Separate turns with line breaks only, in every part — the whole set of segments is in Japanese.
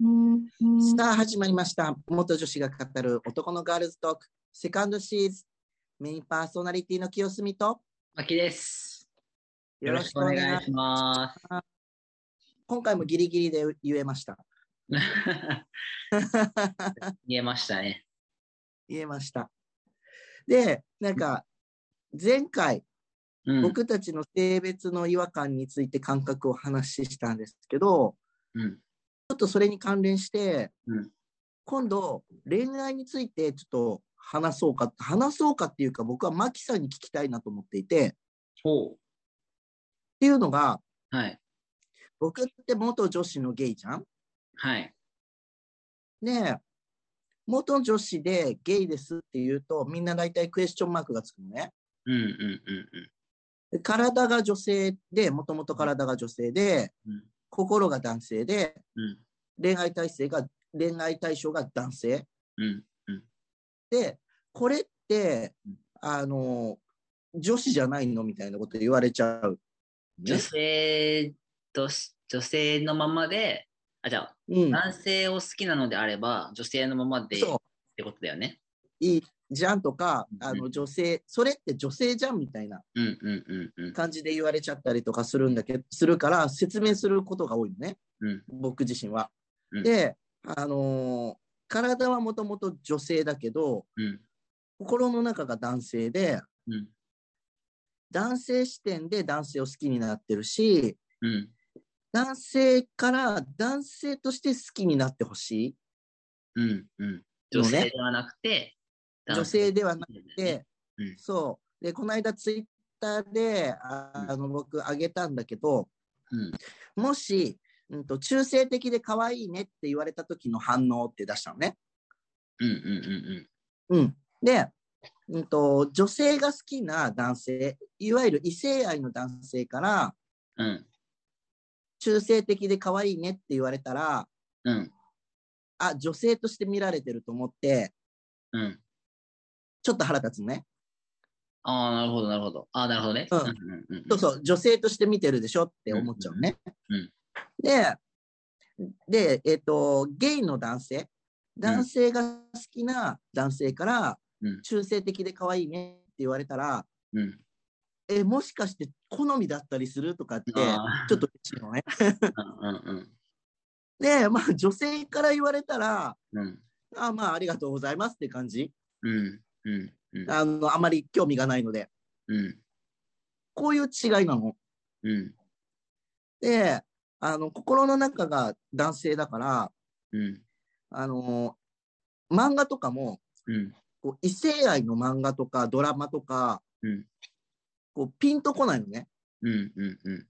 うんうん
さあ始まりました元女子が語る男のガールズトークセカンドシーズンメインパーソナリティの清澄と
マキです。
よろしくお願いします
しま
今回もギリギリで言えました
す。言えましたね。
言えましたでなんか前回
うん、
僕たちの性別の違和感について感覚を話ししたんですけど
うん、
ちょっとそれに関連して、
うん
今度恋愛についてちょっと話そうか話そうかっていうか僕はマキさんに聞きたいなと思っていてっ
ほ
ていうのが
う。はい。
僕って元女子のゲイじゃん
はい。
ねえ元女子でゲイですって言うとみんな大体クエスチョンマークがつくのね
うん、うん、うん、
で体が女性でもともと体が女性で
うん
心が男性で
うん、
恋愛体制が恋愛対象が男性
うん、
でこれって
うん
あの女子じゃないのみたいなこと言われちゃう、ね
女性とし、女性のままで、あ、じゃあ、
うん、
男性を好きなのであれば、女性のままでっ
そう
てことだよね。
いいじゃんとかあ
う
の
ん
女性それって女性じゃんみたいな
うん、うん、うん、うん。
感じで言われちゃったりとかするんだけどするから説明することが多いのね
うん、
僕自身は。
うん
で、あのー体はもともと女性だけど
うん、
心の中が男性で
うん、
男性視点で男性を好きになってるし
うん。
男性から男性として好きになってほしい
うん、うん。
のね
女性ではなくて、
女性ではなくて、
うん
そうでこの間ツイッターであ
うん
あの僕あげたんだけど
うん、
もし、うん、と中性的で可愛いねって言われた時の反応って出したのね。
うん、うん、うん、
うん、で、うんと、女性が好きな男性いわゆる異性愛の男性から
うん、うん、
中性的で可愛いねって言われたら
うん、
あ女性として見られてると思って
うん。
ちょっと腹立つのね。
ああ、なるほど、なるほど。ああ、なるほどね。
うん
うんうん
そうそう女性として見てるでしょって思っちゃうのね。
うんうん
でで、えっとゲイの男性男性が好きな男性から
うん
中性的で可愛いねって言われたら、
うん。
えもしかして好みだったりするとかって
あー
ちょっと嬉しいのね。
うんうん
で、まあ、女性から言われたら、
うんうん
あまあ、ありがとうございますって感じ。
うんうんうん
あの、あまり興味がないので、
うん
こういう違いなの。
うん
で、あの、心の中が男性だから、
うん
あの、漫画とかも、
うん
こう異性愛の漫画とかドラマとか、
うん
こうピンとこないのね。
うんうんうん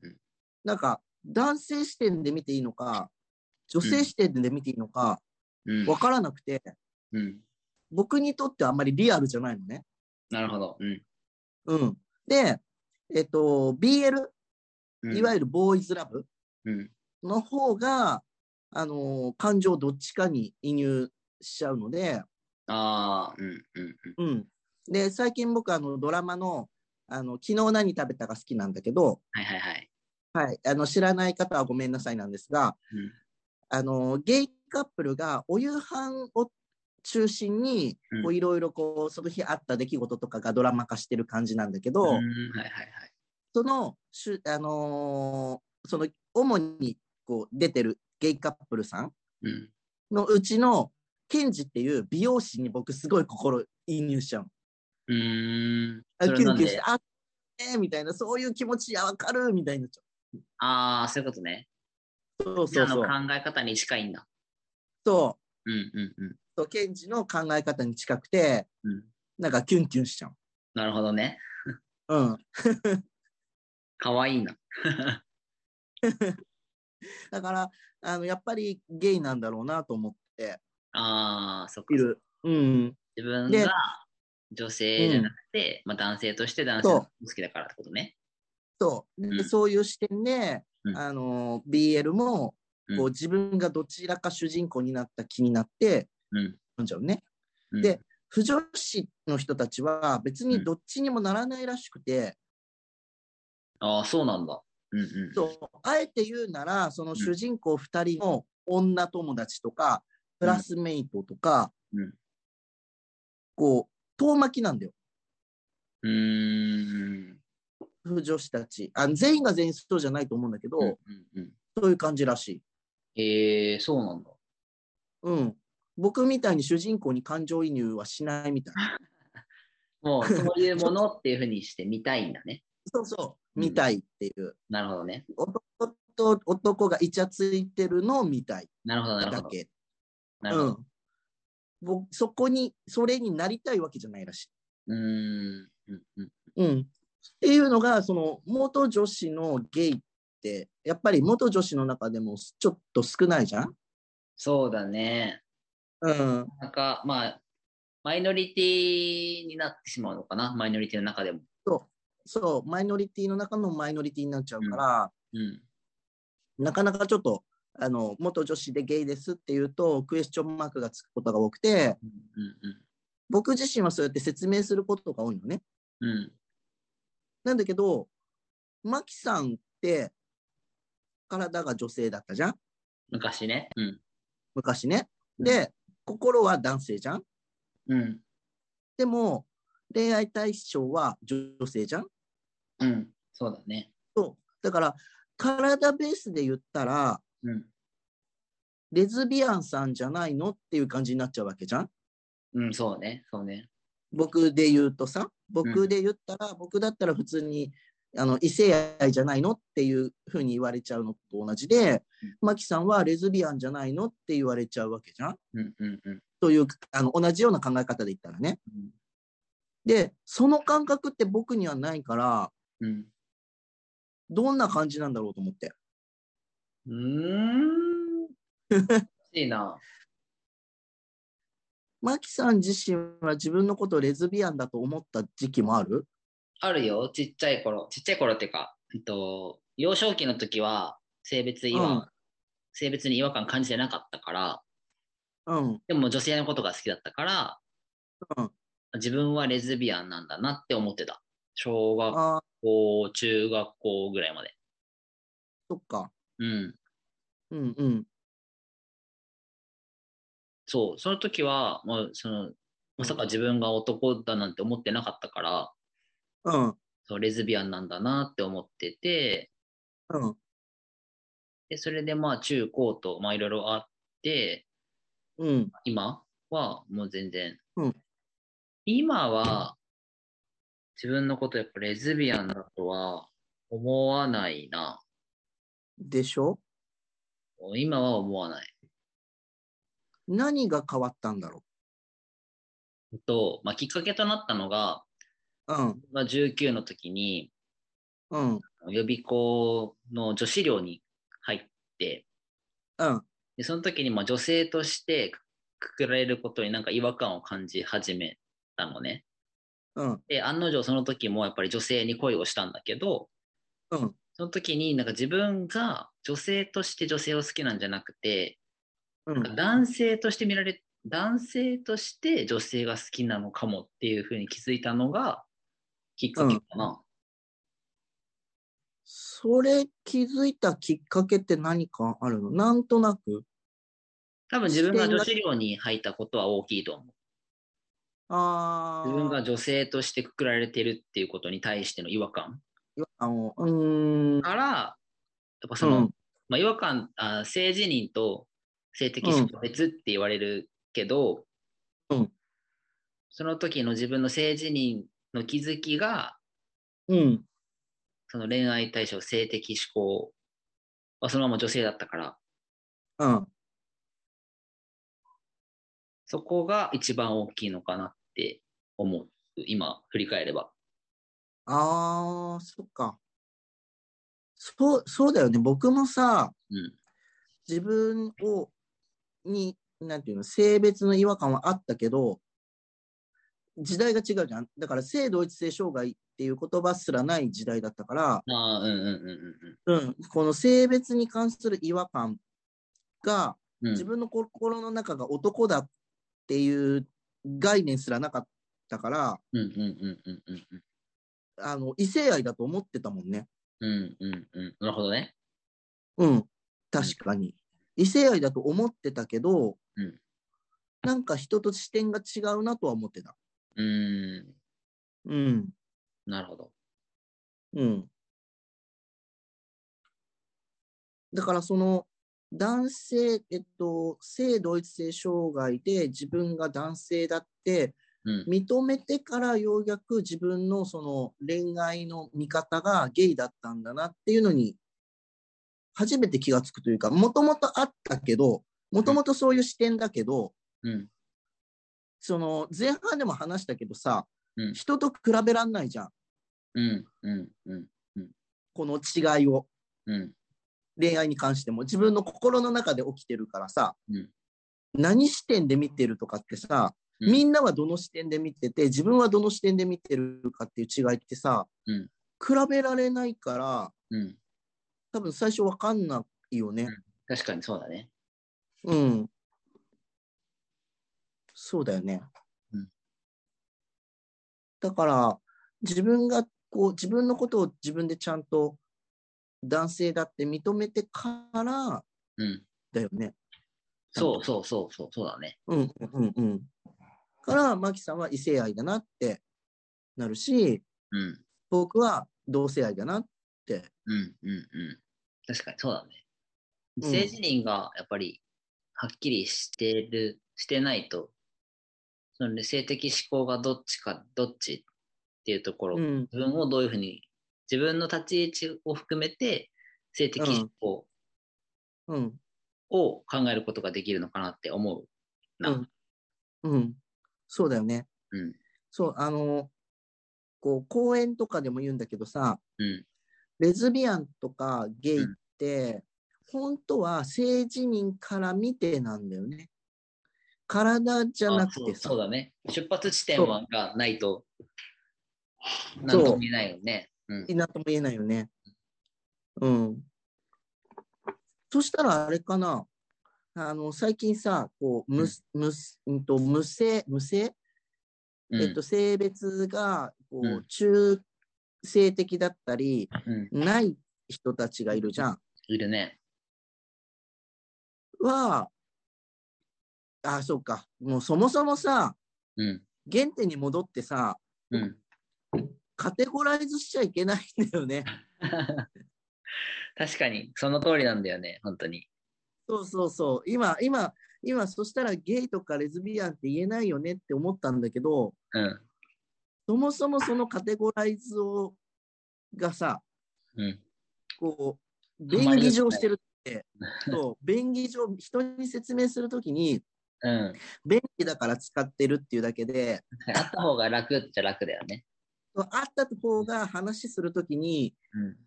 なんか、男性視点で見ていいのか、女性視点で見ていいのか、
うん
わからなくて、
うん
僕にとってはあんまりリアルじゃないのね。
なるほど。うん
うん。で、えっと、BL、
うん
いわゆるボーイズラブ
うん
の方が、あのー感情どっちかに移入しちゃうので、
ああ、うんうんうん
うん。で、最近僕、あの、ドラマの、あの、昨日何食べたか好きなんだけど、
はいはいはい。
はい、あの、知らない方はごめんなさいなんですが、
うん
あの、ゲイカップルがお夕飯を中心に
うん、
こういろいろこう、その日あった出来事とかがドラマ化してる感じなんだけど、
うんはいはいはい。
その、しゅあのーその、主にこう出てるゲイカップルさん
うん
のうちの、ケンジっていう美容師に僕すごい心移入しちゃうの。
うーん。
あ
そ
キュ
れな
ン
ん
キュンして、
で、
あえーみたいな、そういう気持ち、あ、わかるみたいになっちゃ
ああ、そういうことね。
う。そう
じ
そ
ゃ
う
の
そ
考
う。
え方に近いんだ。
そ
うんうんうん
うそう。ケンジの考え方に近くて、
うん。
なんかキュンキュンしちゃう。
なるほどね。
うん。
かわいいな。
だから、あの、やっぱりゲイなんだろうなと思って
ああ、そっか
い。る。うん。
自分
で
が女性じゃなくて、まあ、男性として男性
そう
のこと好きだからってことね。
そう。で
うん
そういう視点で、
うん
あの、BL も、
うん
こう自分がどちらか主人公になった気になって、
うん
なんじゃうね。
うん
で不女子の人たちは別にどっちにもならないらしくて、
ああ、そうなんだ。うんうん。
そうあえて言うなら、その主人公2人の女友達とか、クラスメイトとか、
うん
こう、遠巻きなんだよ。
うーん。
女子たち。あ全員が全員そうじゃないと思うんだけど、
うんうんうん。
そういう感じらしい。
えー、そうなんだ。
うん。僕みたいに主人公に感情移入はしない みたい。
もう、そういうものっていうふうにして見たいんだね。
そうそう。
うん
みたいっていう。
なるほどね。
男と男がイチャついてるのを見たい
なるほど、なる
だ
ほど。
け。
なるほど。
うん。ぼそこに、それになりたいわけじゃないらしい。
うーん。うんうん
うん。っていうのが、その、元女子のゲイって、やっぱり元女子の中でもちょっと少ないじゃん
そうだね。
うん。
なんか、まあ、マイノリティになってしまうのかな、マイノリティの中でも。
そう、マイノリティの中のマイノリティになっちゃうから、
うん。
なかなかちょっと、あの、元女子でゲイですっていうと、クエスチョンマークがつくことが多くて、
うんうん
僕自身はそうやって説明することが多いのね。
うん。うん。
なんだけど、マキさんって、体が女性だったじゃん
昔ね。うん。
昔ね。で、心は男性じゃん
うん。
でも、恋愛対象は女性じゃん
うん。そうだね。
そう。だから、体ベースで言ったら、
うん。
レズビアンさんじゃないのっていう感じになっちゃうわけじゃん
うん、そうね。そうね。
僕で言うとさ、僕で言ったら、僕だったら普通に、あの、異性愛じゃないのっていうふうに言われちゃうのと同じで
うん、
マキさんはレズビアンじゃないのって言われちゃうわけじゃん
うんうんうん。
という、あの、同じような考え方で言ったらね。で、その感覚って僕にはないから、
うん。
どんな感じなんだろうと思って。
うん。うーん。難しいな。
マキさん自身は自分のことをレズビアンだと思った時期もある
あるよ。ちっちゃい頃。ちっちゃい頃っていうか、えっと、幼少期の時は、性別違和、
うん
性別に違和感感じてなかったから、
うん。
でも女性のことが好きだったから、
うん
自分はレズビアンなんだなって思ってた。小学
ああ、
校、中学校ぐらいまで。
そっか。
うん。
うんうん。
そう。その時は、もうその、まさか自分が男だなんて思ってなかったから、
うん。
そうレズビアンなんだなって思ってて、
うん。
でそれでまあ中高と、まあいろいろあって、
うん。
今はもう全然。
うん
今は、自分のことやっぱレズビアンだとは思わないな。
でしょ
今は思わない。
何が変わったんだろ
と、まあ、きっかけとなったのが、
ううん。
まあ、19の時に
うん。
予備校の女子寮に入って、
うん。
でその時にまあ女性としてくくられることになんか違和感を感じ始めたのね。
うん。
で、案の定その時もやっぱり女性に恋をしたんだけど、
うん。
その時になんか自分が女性として女性を好きなんじゃなくて、
う
なんか
ん。
男性として見られ、男性として女性が好きなのかもっていうふうに気づいたのがきっかけかな。
それ気づいたきっかけって何かあるのなんとなく
多分自分が女子寮に入ったことは大きいと思う。
ああ。
自分が女性としてくくられてるっていうことに対しての違和感
違和感を。うーん。
から、やっぱその、まあ、違和感あ、性自認と性的指向別って言われるけど、
うん
その時の自分の性自認の気づきが、
うん。うん。
その恋愛対象性的指向はそのまま女性だったから、
うん。
そこが一番大きいのかなって思う。今、振り返れば。
ああ、そっか。そう、そうだよね。僕もさ、
うん。
自分を、に、なんていうの、性別の違和感はあったけど、時代が違うじゃん。だから、性同一性障害っていう言葉すらない時代だったから、
ああ、うんうんうんうん
うん、この性別に関する違和感が、
うん。うん
自分の心の中が男だっていう概念すらなかったから、
うんうんうんうんうんうん。
あの、異性愛だと思ってたもんね。
うんうんうん。なるほどね。
うん、確かに。異性愛だと思ってたけど、
うん
なんか人と視点が違うなとは思ってた。
うーん、
うん。
なるほど。
うん。だからその男性、えっと、性同一性障害で自分が男性だって
うん、
認めてからようやく自分のその恋愛の見方がゲイだったんだなっていうのに初めて気がつくというか、もともとあったけど、もともとそういう視点だけど、
うん、
その前半でも話したけどさ、
うん
人と比べらんないじゃん、
うん、うん、うん、
この違いを。
うん、
恋愛に関しても自分の心の中で起きてるからさ、
うん
何視点で見てるとかってさ、
うん
みんなはどの視点で見てて自分はどの視点で見てるかっていう違いってさ、
うん
比べられないから
うん。
多分最初わかんないよね。
確かにそうだね。
うん、そうだよね。
うん
だから自分がこう自分のことを自分でちゃんと男性だって認めてから
うん。
だよね。
そうそうそうそう、そうだね。
うんうんうん。から、マキさんは異性愛だなってなるし、
うん、
僕は同性愛だなって。
うん、うん、うん。確かにそうだね。
うん
性自認がやっぱりはっきりしてる、してないと、その性的指向がどっちか、どっちっていうところ、
うん
自分をどういうふうに、自分の立ち位置を含めて、性的指向
うん
を考えることができるのかなって思うな。
うんうん。そうだよね。
うん、
そう、あの、こう、講演とかでも言うんだけどさ、
うん、
レズビアンとかゲイって、本当は性自認から見てなんだよね。体じゃなくて
あ
さ
そう。そうだね。出発地点はがないと、なんとも言えないよね。うん、
なんとも言えないよね。うん。そしたらあれかな。あの、最近さ、こう、むす、むす、うんと、無性、無性、
うん
えっと、性別が、こう、
うん
中性的だったり、
うん、
ない人たちがいるじゃん。
いるね。
は、あ、そうか。もうそもそもさ、
うん、
原点に戻ってさ、
うん。
カテゴライズしちゃいけないんだよね。
確かに、その通りなんだよね、本当に。
そうそうそう。今、今、今、そしたらゲイとかレズビアンって言えないよねって思ったんだけど、
うん。
そもそもそのカテゴライズを、がさ、
うん。
こう、
あん
便
まり良くない
宜上してるって、そう、便宜上、人に説明するときに、
うん。
便利だから使ってるっていうだけで、
あった方が楽っちゃ楽だよね。
会った方が話するときに、
うん。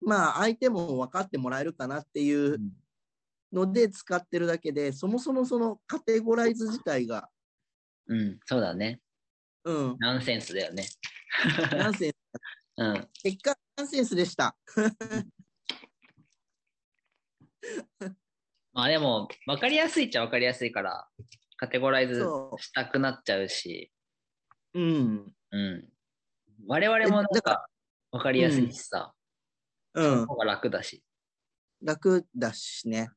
まあ、相手も分かってもらえるかなっていうので使ってるだけで、そもそもそのカテゴライズ自体が、
うん、そうだね。
うん、
ナンセンスだよね。
ナンセンス
うん。
結果、ナンセンスでした。
まあでも、分かりやすいっちゃ分かりやすいから、カテゴライズ
そ
したくなっちゃうし、
う。うん。
うん。我々もなん
えだか
か、分かりやすいしさ、
うん
方。が楽だし。
楽だしね。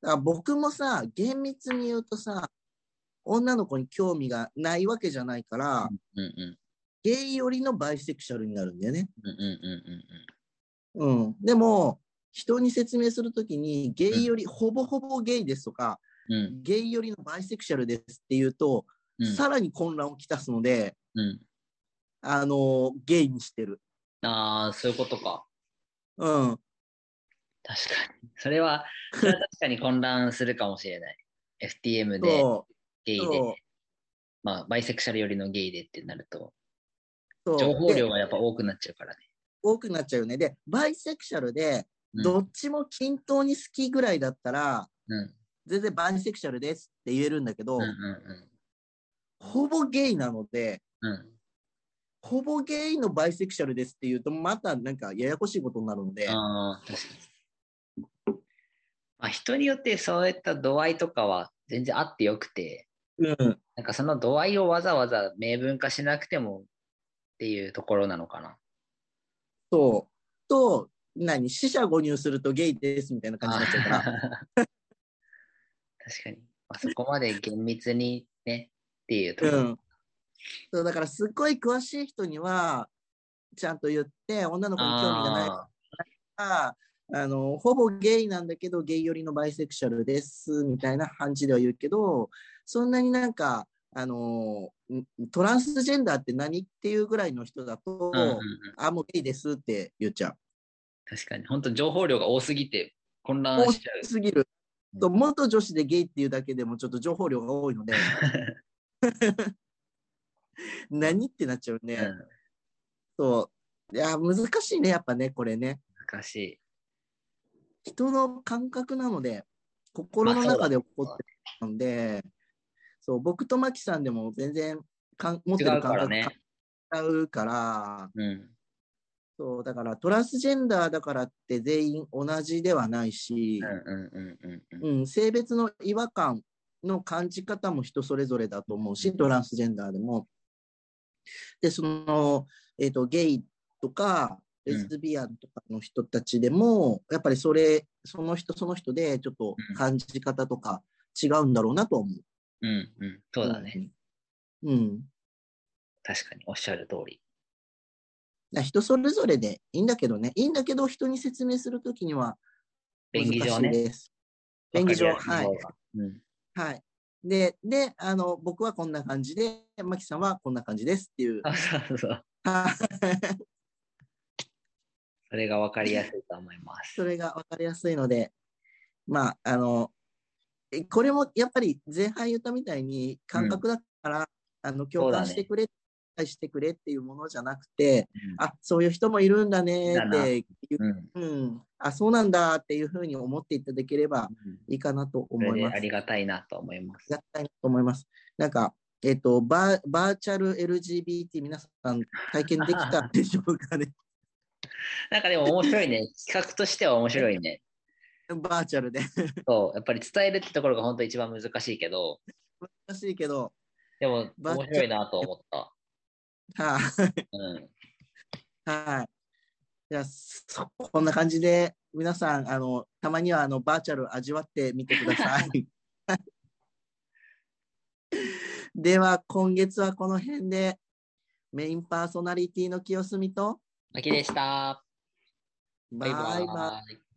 だから僕もさ、厳密に言うとさ、女の子に興味がないわけじゃないから、
うんう
ゲイ寄りのバイセクシャルになるんだよね。
ん。うんうんうんうん
うん。でも、人に説明するときに、ゲイ寄り、ほぼほぼゲイですとか、
うん。
ゲイ寄りのバイセクシャルですって言うと、
うん。うん
さらに混乱をきたすので、
うん。
あのゲイにしてる。
ああ、そういうことか。
うん。
確かに。それは、それは確かに混乱するかもしれない。FTM で、
そ
ゲ
う。
イ
そう
で、。まあ、バイセクシャル寄りのゲイでってなると、
そう
情報
で
量がやっぱ多くなっちゃうからね。
多くなっちゃうよね。で、バイセクシャルで、
うん
どっちも均等に好きぐらいだったら、
うん。
全然バイセクシャルですって言えるんだけど、
うんう
ほぼゲイなので、
んうん。うん。
ほぼゲイのバイセクシャルですって言うと、またなんかややこしいことになるので、
ああ、確かに。まあ、人によってそういった度合いとかは全然あってよくて、
うん、
なんかその度合いをわざわざ明文化しなくてもっていうところなのかな。
そう。と、何、死者誤入するとゲイですみたいな感じになっちゃうから、
確かに。まあ、そこまで厳密にね、っていうとこ
う
ろ。
ん。そう、だからすっごい詳しい人には、ちゃんと言って、女の子に興味がない
あ
から、あの、ほぼゲイなんだけど、ゲイ寄りのバイセクシャルです、みたいな感じでは言うけど、そんなになんか、あの、んトランスジェンダーって何っていうぐらいの人だと、
あ、うんうんうん。
あ、もうゲイですって言っちゃう。
確かに。本当情報量が多すぎて混乱
多
しちゃう。
すぎる。と元女子でゲイっていうだけでもちょっと情報量が多いので何ってなっちゃうね。
うん、
そう。いや、難しいね、やっぱね、これね。
難しい。
人の感覚なので、心の中で起こってるので、そう、僕とマキさんでも全然かん持って
違
る
うか
感
ら
覚
ね。
が違うから、
うん。
そう、だからトランスジェンダーだからって全員同じではないし
うん、うんうんうんうん。
うん、性別の違和感の感じ方も人それぞれだと思うし、トランスジェンダーでも。で、その、えっ、と、ゲイとか、
うん
レズビアンとかの人たちでも、やっぱりそれ、その人その人で、ちょっと
うん
感じ方とか違うんだろうなとは思う。
うんうん。そうだね。
うん。うん。
確かに。おっしゃる通り。
だから人それぞれでいいんだけどね、いいんだけど、人に説明するときには難
便
しい
宜上ね。
です。便宜上、
わか
は
りやす
い
方。がうん。
はい。で、で、あの、僕はこんな感じで、マキさんはこんな感じですっていう。
あ、そうそう。
はい
それがわかりやすいと思います。
それが分かりやすいので、まあ、あの、えこれもやっぱり前半言ったみたいに感覚だから、あの、共感してくれ、愛してくれっていうものじゃなくて、あ、そういう人もいるんだね
だ
っ
な
ていう、
うん。うん
うん、あ、そうなんだっていうふうに思っていただければいいかなと
それ
思い
で
ます
あ。りがたいなと思います。
やったいなと思います。なんか、えっ、とバー、バーチャル LGBT、皆さん体験できたでしょうかね。
なんかでも面白いね。 企画としては面白いね。
バーチャルで。
そう。やっぱり伝えるってところが本当一番難しいけど、
難しいけど、
でも
ば
面白いなと思った。
は
うん。
い、はい。じゃあ、そこんな感じで、皆さん、あの、たまにはあのバーチャル味わってみてください。 では、今月はこの辺で、メインパーソナリティの清澄と、
秋でした。
バイバイ。
イ。